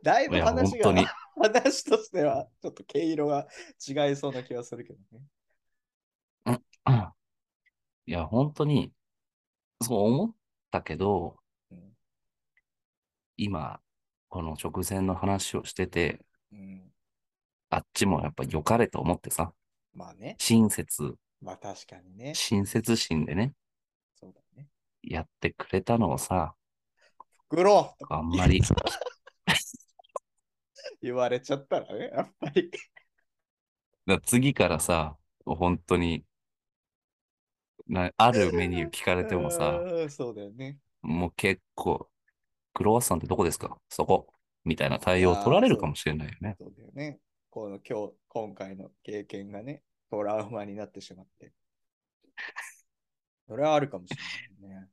Speaker 4: だい
Speaker 1: い
Speaker 4: ぶ
Speaker 1: や、本
Speaker 4: 話
Speaker 1: 当に
Speaker 4: が、。話としては、ちょっと毛色が違いそうな気がするけどね。
Speaker 1: うんいや、本当に、そう思ったけど、
Speaker 4: うん
Speaker 1: 今、この直前の話をしてて、
Speaker 4: うん、
Speaker 1: あっちもやっぱ良かれと思ってさ、
Speaker 4: まあね、
Speaker 1: 親切、
Speaker 4: まあ確かにね、
Speaker 1: 親切心でね、
Speaker 4: そうだね。
Speaker 1: やってくれたのをさ、
Speaker 4: 袋と
Speaker 1: あんまり、
Speaker 4: 言われちゃったらね、やっぱり。
Speaker 1: だから次からさ、本当に、なあるメニュー聞かれてもさ、
Speaker 4: うーんそうだよね。
Speaker 1: もう結構、クロワッサンってどこですかそこ。みたいな対応を取られるかもしれないよね。
Speaker 4: そうだよね。この今日、今回の経験がね、トラウマになってしまって。それはあるかもしれないね。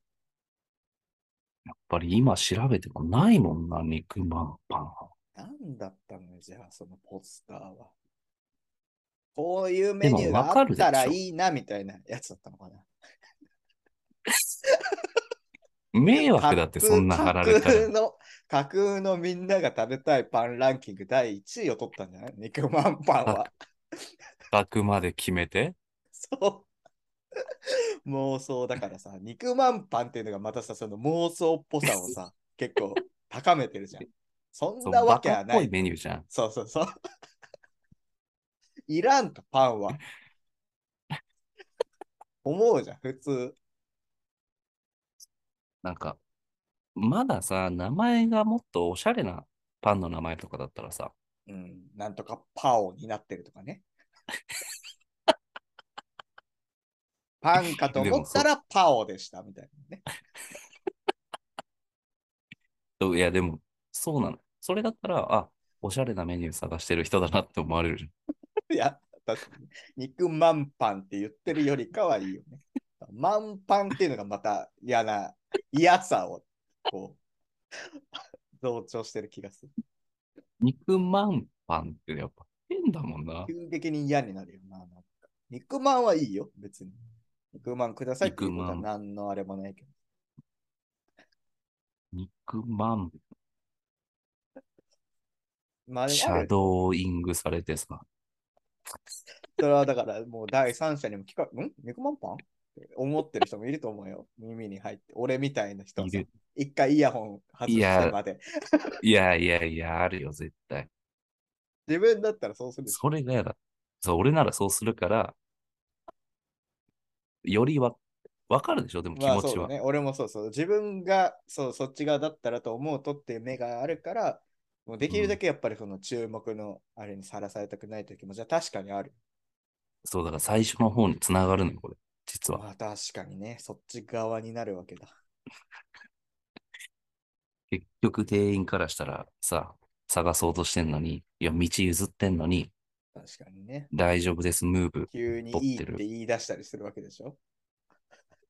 Speaker 1: やっぱり今調べてもないもんな、肉まんパン。
Speaker 4: なんだったのよ、じゃあ、そのポスターは。こういうメニューがあったらいいな、みたいなやつだったのかな。
Speaker 1: 迷惑だってそんな貼られた
Speaker 4: 架空
Speaker 1: ら。
Speaker 4: の、架空のみんなが食べたいパンランキング第1位を取ったんじゃない肉まんパンは。
Speaker 1: あくまで決めて。
Speaker 4: そう。妄想だからさ、 肉まんパンっていうのがまたさ、その妄想っぽさを さ、結構高めてるじゃん。そ
Speaker 1: そ
Speaker 4: ん
Speaker 1: う
Speaker 4: なわ
Speaker 1: バ
Speaker 4: け
Speaker 1: カ
Speaker 4: は
Speaker 1: っ
Speaker 4: な
Speaker 1: ぽい
Speaker 4: い。
Speaker 1: メニューじゃん。
Speaker 4: そうそう そう。いらんと、パンは。思うじゃん、普通。
Speaker 1: なんか、まださ、名前がもっとおしゃれなパンの名前とかだったらさ、
Speaker 4: うん、なんとかパオになってるとか ね。パンかと思ったらパオでしたみたいなね。
Speaker 1: といやでも、そうなの。それだったら、あ、おしゃれなメニュー探してる人だなって思われるじゃん。
Speaker 4: いや、確かに。肉まんパンって言ってるよりかはいいよね。まんパンっていうのがまた嫌な、嫌さをこう、 増長してる気がする。
Speaker 1: 肉まんパンってやっぱ変だもんな。
Speaker 4: 急激に嫌になるよな。なんか肉まんはいいよ、別に。肉まんくださいっていうことは
Speaker 1: 肉
Speaker 4: 何のあれもないけど。
Speaker 1: 肉まん、
Speaker 4: まあ、あれ
Speaker 1: シャドーイングされてさ、
Speaker 4: それはだからもう第三者にも聞か、ん肉まんパンって思ってる人もいると思うよ。耳に入って。俺みたいな人はいさ
Speaker 1: る。
Speaker 4: 一回イヤホン外
Speaker 1: い
Speaker 4: して
Speaker 1: や
Speaker 4: まで。
Speaker 1: いやいやいや、あるよ、絶対。
Speaker 4: 自分だったらそうするでしょ。
Speaker 1: それがやだ。そう、俺ならそうするから、よりわ、わかるでしょ、でも気
Speaker 4: まあ
Speaker 1: 持
Speaker 4: そ
Speaker 1: ち
Speaker 4: うだ
Speaker 1: は。
Speaker 4: ね。俺もそうそう。自分がそうそっち側だったらと思うとっていう目があるから、もうできるだけやっぱりその注目のあれにさらされたくないという気持ちは確かにある。
Speaker 1: そう、だから最初の方につながるのよ、これ。実は。
Speaker 4: まあ確かにね、そっち側になるわけだ。
Speaker 1: 結局、店員からしたらさ、探そうとしてんのに、いや、道譲ってんのに、
Speaker 4: 確かにね。
Speaker 1: 大丈夫です、ムーブ。
Speaker 4: 急にいいって言い出したりするわけでしょ。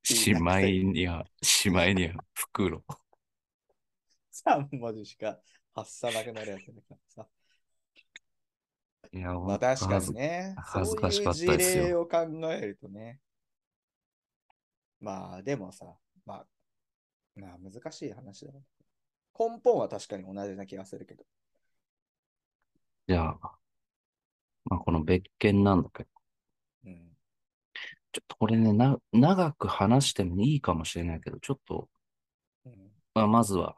Speaker 1: しまいには、しまいには、袋。
Speaker 4: 3文字しか発さなくなるやつだからさ。
Speaker 1: いや、
Speaker 4: まあ確かにね。
Speaker 1: 恥ずかしかったですよ
Speaker 4: そういう事例を考えるとね。まあでもさ、まあ、まあ難しい話だね。根本は確かに同じな気がするけど。
Speaker 1: じゃあ、まあ、この別件なんだけど、
Speaker 4: うん。
Speaker 1: ちょっとこれね、な、長く話してもいいかもしれないけど、ちょっと、
Speaker 4: うん
Speaker 1: まあ、まずは、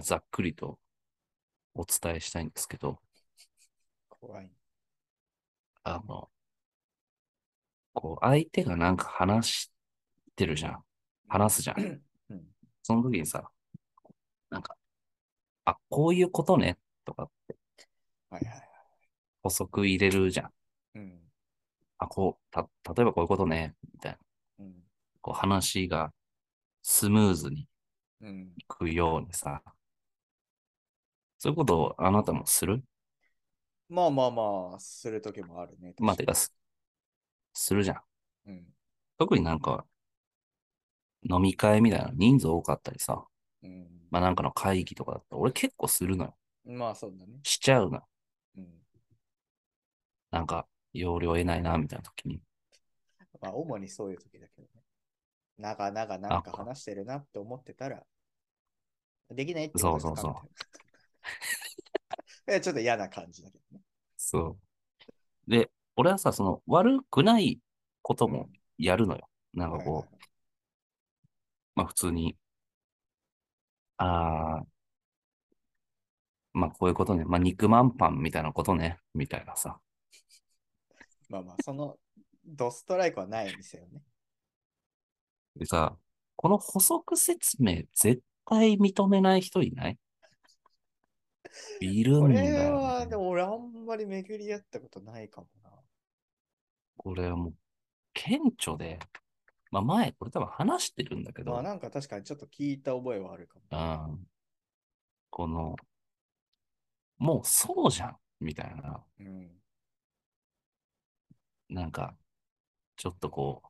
Speaker 1: ざっくりとお伝えしたいんですけど、
Speaker 4: 怖い。
Speaker 1: あの、こう、相手がなんか話してるじゃん。話すじゃん。
Speaker 4: うん。
Speaker 1: その時にさ、なんか、あ、こういうことね、とかって
Speaker 4: はいはい。
Speaker 1: 補足入れるじゃん。
Speaker 4: うん。
Speaker 1: あ、こう、た、例えばこういうことね、みたいな。
Speaker 4: うん。
Speaker 1: こう話がスムーズに
Speaker 4: うん。
Speaker 1: いくようにさ、そういうことをあなたもする
Speaker 4: まあまあまあ、するときもあるね。
Speaker 1: まあ、て
Speaker 4: 確か
Speaker 1: かす、するじゃん。
Speaker 4: にうん。
Speaker 1: 特になんか、飲み会みたいな人数多かったりさ、
Speaker 4: うん。
Speaker 1: まあなんかの会議とかだったら、俺結構するのよ。
Speaker 4: まあそうだね。
Speaker 1: しちゃうのよ。
Speaker 4: うん。
Speaker 1: なんか、要領得ないな、みたいな時に。
Speaker 4: まあ主にそういうときだけどね。長々なんか話してるなって思ってたら、できないってことですか
Speaker 1: そうそうそう
Speaker 4: みた いなえちょっと嫌な感じだけどね。
Speaker 1: そう。で、俺はさ、その悪くないこともやるのよ。なんか
Speaker 4: はいは
Speaker 1: こ、
Speaker 4: いう
Speaker 1: まあ普通に、ああ、まあこういうことね。まあ肉まんパンみたいなことね。みたいなさ。
Speaker 4: まあまあ、そのドストライクはないですよね。
Speaker 1: でさ、この補足説明絶対認めない人いないいる
Speaker 4: こ
Speaker 1: んだよね、
Speaker 4: れは、でも俺あんまり巡り合ったことないかもな。
Speaker 1: これはもう、顕著で、まあ前、これ多分話してるんだけど、
Speaker 4: まあなんか確かにちょっと聞いた覚えはあるかも。
Speaker 1: うんこの、もうそうじゃんみたいな。
Speaker 4: うん。
Speaker 1: なんか、ちょっとこう、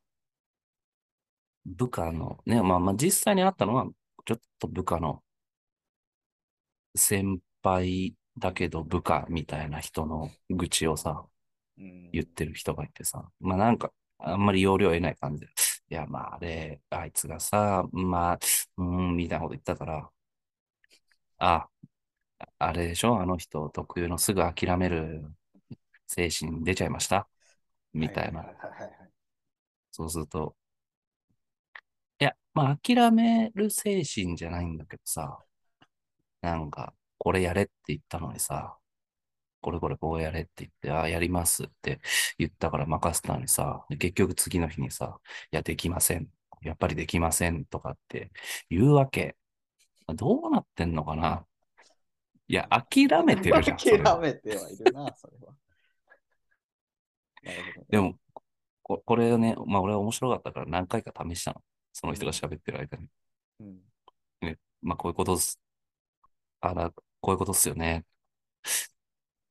Speaker 1: 部下の、ね、まあまあ実際にあったのは、ちょっと部下の先輩だけど部下みたいな人の愚痴をさ、
Speaker 4: うん
Speaker 1: 言ってる人がいてさ、まあなんか、あんまり要領得ない感じで、いやまああれ、あいつがさ、まあ、うーん、みたいなこと言ったから、あ、あれでしょ、あの人特有のすぐ諦める精神出ちゃいましたみたいな
Speaker 4: は。ははいはいはい
Speaker 1: そうすると、いや、まあ、諦める精神じゃないんだけどさ、なんか、これやれって言ったのにさ、これこれこうやれって言って、ああ、やりますって言ったから任せたのにさ、で結局次の日にさ、いや、できません。やっぱりできませんとかって言うわけ。どうなってんのかないや、諦めてるじゃん。それは
Speaker 4: 諦めてはいるな、それは。 なるほどね
Speaker 1: でも、ここれがね、まあ俺は面白かったから何回か試したの。その人が喋ってる間に。
Speaker 4: うん
Speaker 1: まあこういうことっす。あら、こういうことっすよね。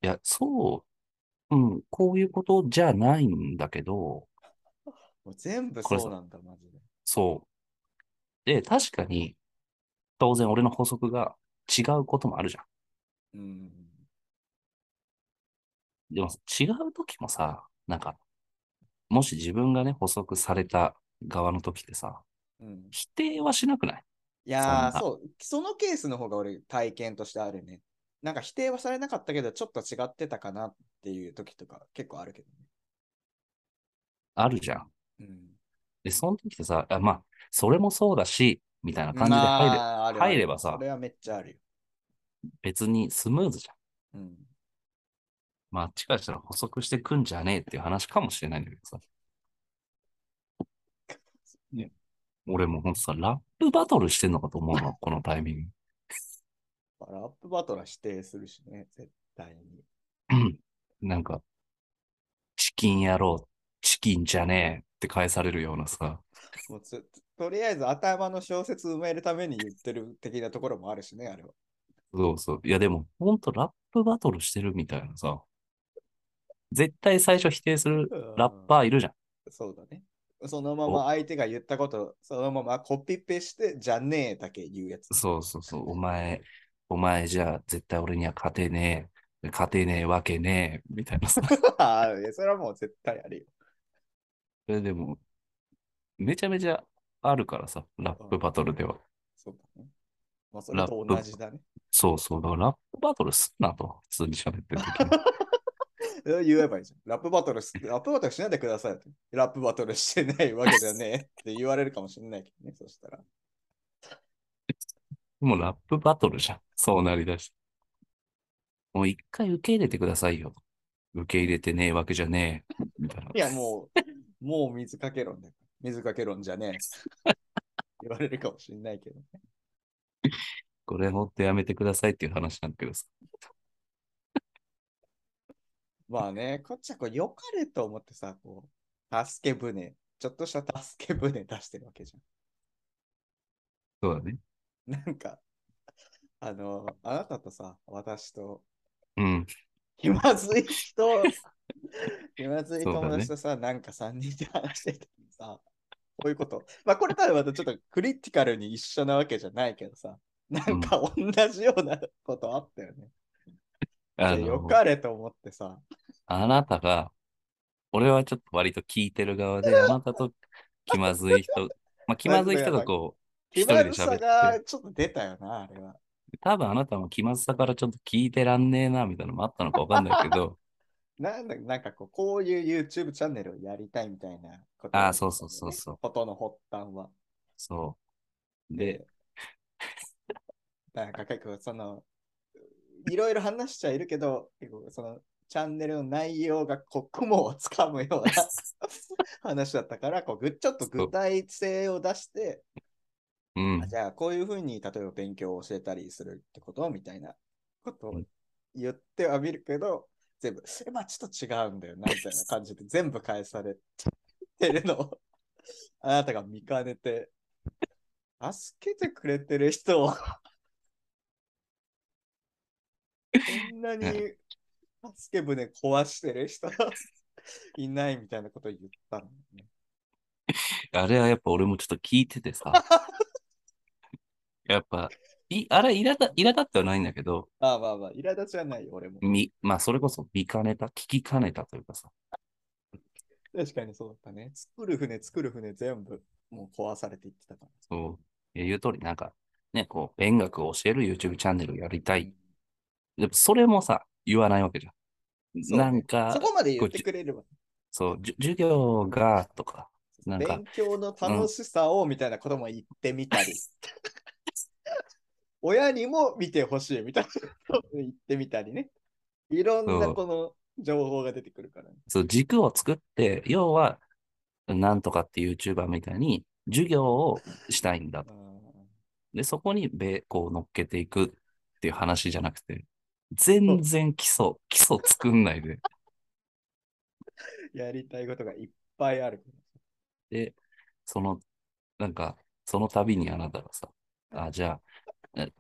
Speaker 1: いや、そう、うん、こういうことじゃないんだけど、
Speaker 4: もう全部
Speaker 1: これ
Speaker 4: そ
Speaker 1: さ
Speaker 4: うなんだ、マジで。
Speaker 1: そう。で、確かに、当然俺の法則が違うこともあるじゃん。
Speaker 4: うん。
Speaker 1: でも違う時もさ、なんか、もし自分がね、補足された側の時ってさ、
Speaker 4: うん、
Speaker 1: 否定はしなくない
Speaker 4: い
Speaker 1: そ
Speaker 4: やー
Speaker 1: んな
Speaker 4: そう、そのケースの方が俺、体験としてあるね。なんか否定はされなかったけど、ちょっと違ってたかなっていう時とか結構あるけど
Speaker 1: あるじゃん。
Speaker 4: ね。うん。
Speaker 1: で、その時ってさ、あまあ、それもそうだし、みたいな感じで入れ、
Speaker 4: まああるある
Speaker 1: 入ればさ
Speaker 4: それはめっちゃあるよ。
Speaker 1: 別にスムーズじゃん。
Speaker 4: うん。
Speaker 1: まあ、あっちからしたら補足してくんじゃねえっていう話かもしれないんだけどさ。ね、俺もうほんとさ、ラップバトルしてんのかと思うの、このタイミング。
Speaker 4: ラップバトルは否定するしね、絶対に。
Speaker 1: うんなんか、チキン野郎、チキンじゃねえって返されるようなさ。
Speaker 4: もうつとりあえず頭の小説埋めるために言ってる的なところもあるしね、あれは。
Speaker 1: そうそう。いや、でも、ほんとラップバトルしてるみたいなさ。絶対最初否定するラッパーいるじゃん。
Speaker 4: そうだね。そのまま相手が言ったこと、そのままコピペして、じゃねえだけ言うやつ。
Speaker 1: そうそう そう、お前、お前じゃあ絶対俺には勝てねえ、勝てねえわけねえ、みたいな さ。
Speaker 4: あるねそれはもう絶対あるよ。
Speaker 1: それでも、めちゃめちゃあるからさ、ラップバトルでは。
Speaker 4: そうだね。まあ、それと同じだね。
Speaker 1: そうそう、だからラップバトルすんなと、普通に喋ってる時に。
Speaker 4: 言えばいいじゃん。ラップバトルす、ラップバトルしないでくださいって。ラップバトルしてないわけだよね。って言われるかもしれないけどね、そしたら。
Speaker 1: もうラップバトルじゃん、そうなりだして。もう一回受け入れてくださいよ。受け入れてねえわけじゃねえ、みたいな。
Speaker 4: いや、もう、もう水かけ論だよ。水かけ論じゃねえ。 言われるかもしれないけどね。
Speaker 1: これほんとやめてくださいっていう話なんだけどさ。
Speaker 4: まあね、こっちはこう、良かれと思ってさ、こう、助け舟、ちょっとした助け舟出してるわけじ
Speaker 1: そうだね。
Speaker 4: ゃん。 なんか、あの、あなたとさ、私と、
Speaker 1: うん。
Speaker 4: 気まずい人、 気まずい友達とさ、なんか3人で話しててさ、こういうこと。まあこれとはまたちょっとクリティカルに一緒なわけじゃないけどさ、なんか同じようなことあったよね。
Speaker 1: あ
Speaker 4: で
Speaker 1: の
Speaker 4: よかれと思ってさ、
Speaker 1: あなたが、俺はちょっと割と聞いてる側で、あなたと気まずい 人、まあ、気まずい人がこう、一
Speaker 4: 気
Speaker 1: 人
Speaker 4: ま
Speaker 1: で
Speaker 4: ず
Speaker 1: 喋
Speaker 4: さ
Speaker 1: っ
Speaker 4: が
Speaker 1: て、
Speaker 4: ちょっと出たよな、あれは。
Speaker 1: 多分あなたも気まずさからちょっと聞いてらんねえな、みたいなのもあったのかわかんないけ ど、
Speaker 4: なんだなんかこうこういう YouTube チャンネルをやりたいみたいなこと、
Speaker 1: ああ、そうそうそうそう、
Speaker 4: ことの発端は。
Speaker 1: そう。 で、
Speaker 4: なんか結構その、いろいろ話しちゃいるけど、結構そのチャンネルの内容がこう雲をつかむ ような話だったから、こうぐちょっと具体性を出して、
Speaker 1: うん
Speaker 4: あ、じゃあこういうふうに例えば勉強を教えたりするってことみたいなことを言ってはみるけど、全部、えまあちょっと違うんだよなみたいな感じで全部返されてるのを、 あなたが見かねて、助けてくれてる人をんなに助け舟壊してる人がいないみたいなこと言ったのね。
Speaker 1: あれはやっぱ俺もちょっと聞いててさ。やっぱ、いあれ、苛立苛立ってはないんだけど、
Speaker 4: ああまあまあ、苛立ちはないよ、俺も。
Speaker 1: み、まあ、それこそ見かねた、聞きかねたというかさ。
Speaker 4: 確かにそうだったね。作る船、作る船全部もう壊されていってたから。
Speaker 1: そう。言う通り、なんか、ね、こう、勉学を教える YouTube チャンネルやりたい。でも、それもさ、言わないわけじゃん。
Speaker 4: そうね
Speaker 1: なんか
Speaker 4: そ、こまで言ってくれれば。
Speaker 1: そう、じゅ授業が、とか、なんか
Speaker 4: 勉、強の楽しさをみたいなことも言ってみたり、 親にも見てほしいみたいなことを言ってみたりね。いろんな
Speaker 1: そう
Speaker 4: この情報が出てくるから、ね。
Speaker 1: そう、軸を作って、要は、なんとかって YouTuber みたいに、授業をしたいんだと。で、そこに、べ、こう、乗っけていくっていう話じゃなくて、全然基礎、基礎作んないで。
Speaker 4: やりたいことがいっぱいある。
Speaker 1: で、その、なんか、その度にあなたがさ、あ、じゃあ、え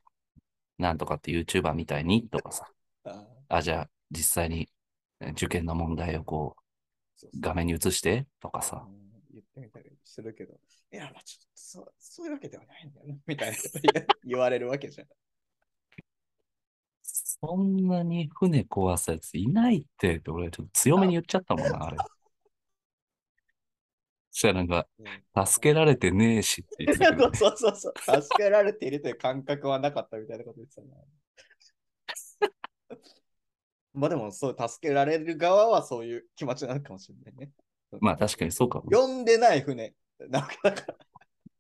Speaker 1: なんとかって YouTuber みたいにとかさ、
Speaker 4: あー
Speaker 1: あ、じゃあ、実際にえ受験の問題をこ
Speaker 4: そ
Speaker 1: う、
Speaker 4: うそう
Speaker 1: 画面に映してとか
Speaker 4: う
Speaker 1: さ、
Speaker 4: ん言ってみたりするけど、いや、まあちょっとそうそういうわけではないんだよな、みたいなこと言え言われるわけじゃん。
Speaker 1: そんなに船壊すやついないって、って俺ちょっと強めに言っちゃったもんな、あれ。 そしたらなんか、助けられてねえしって言ってたけど、
Speaker 4: そうそうそうそう。助けられているという感覚はなかったみたいなこと言ってたな。 まあでも、そう、助けられる側はそういう気持ちなのかもしれないね。
Speaker 1: まあ確かにそうかも。
Speaker 4: 呼んでない船。なんかだから、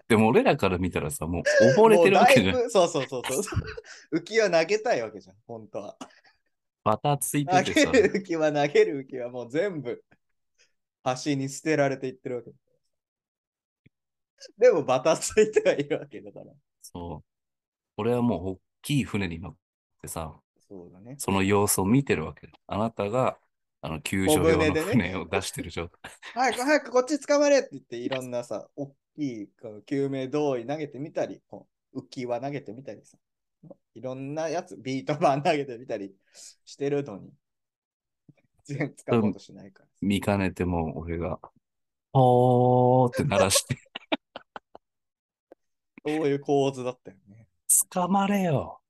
Speaker 1: でも俺らから見たらさ、もう溺れてるわけじゃん。
Speaker 4: もうだいぶそうそうそうそう。浮き輪投げたいわけじゃん、本当は。
Speaker 1: バタつい
Speaker 4: 投
Speaker 1: てて
Speaker 4: げ
Speaker 1: さ、
Speaker 4: る浮き輪、投げる浮き輪、もう全部、端に捨てられていってるわけ。でも、バタついてはいるわけだから。
Speaker 1: そう。俺はもう大きい船に乗ってさ、
Speaker 4: そうだね。
Speaker 1: その様子を見てるわけ。あなたが、あの、救助
Speaker 4: 小
Speaker 1: 用
Speaker 4: 舟
Speaker 1: の
Speaker 4: でね
Speaker 1: 船を出してる状態。
Speaker 4: 早く早くこっち捕まれって言っていろんなさ、大きいこの救命胴衣投げてみたり、こう浮き輪投げてみたりさ、いろんなやつ、ビート板投げてみたりしてるのに、全然捕まうとしないから。
Speaker 1: 見かねても、俺が、ほーって鳴らして、
Speaker 4: そういう構図だったよね。
Speaker 1: 捕まれよ。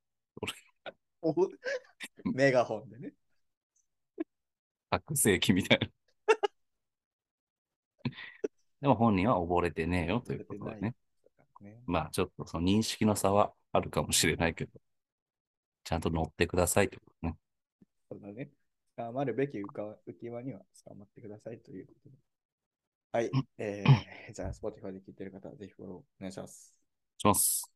Speaker 4: おメガホンでね。
Speaker 1: 白世紀みたいな。 でも本人は溺れてねえよということでね。
Speaker 4: ね
Speaker 1: まあちょっとその認識の差はあるかもしれないけど、ちゃんと乗ってくださいってことね。
Speaker 4: そうだね。捕まるべき浮か浮き輪には捕まってくださいということで。はい。えー、じゃあ、Spotify で聞いてる方はぜひフォローお願いします。
Speaker 1: します。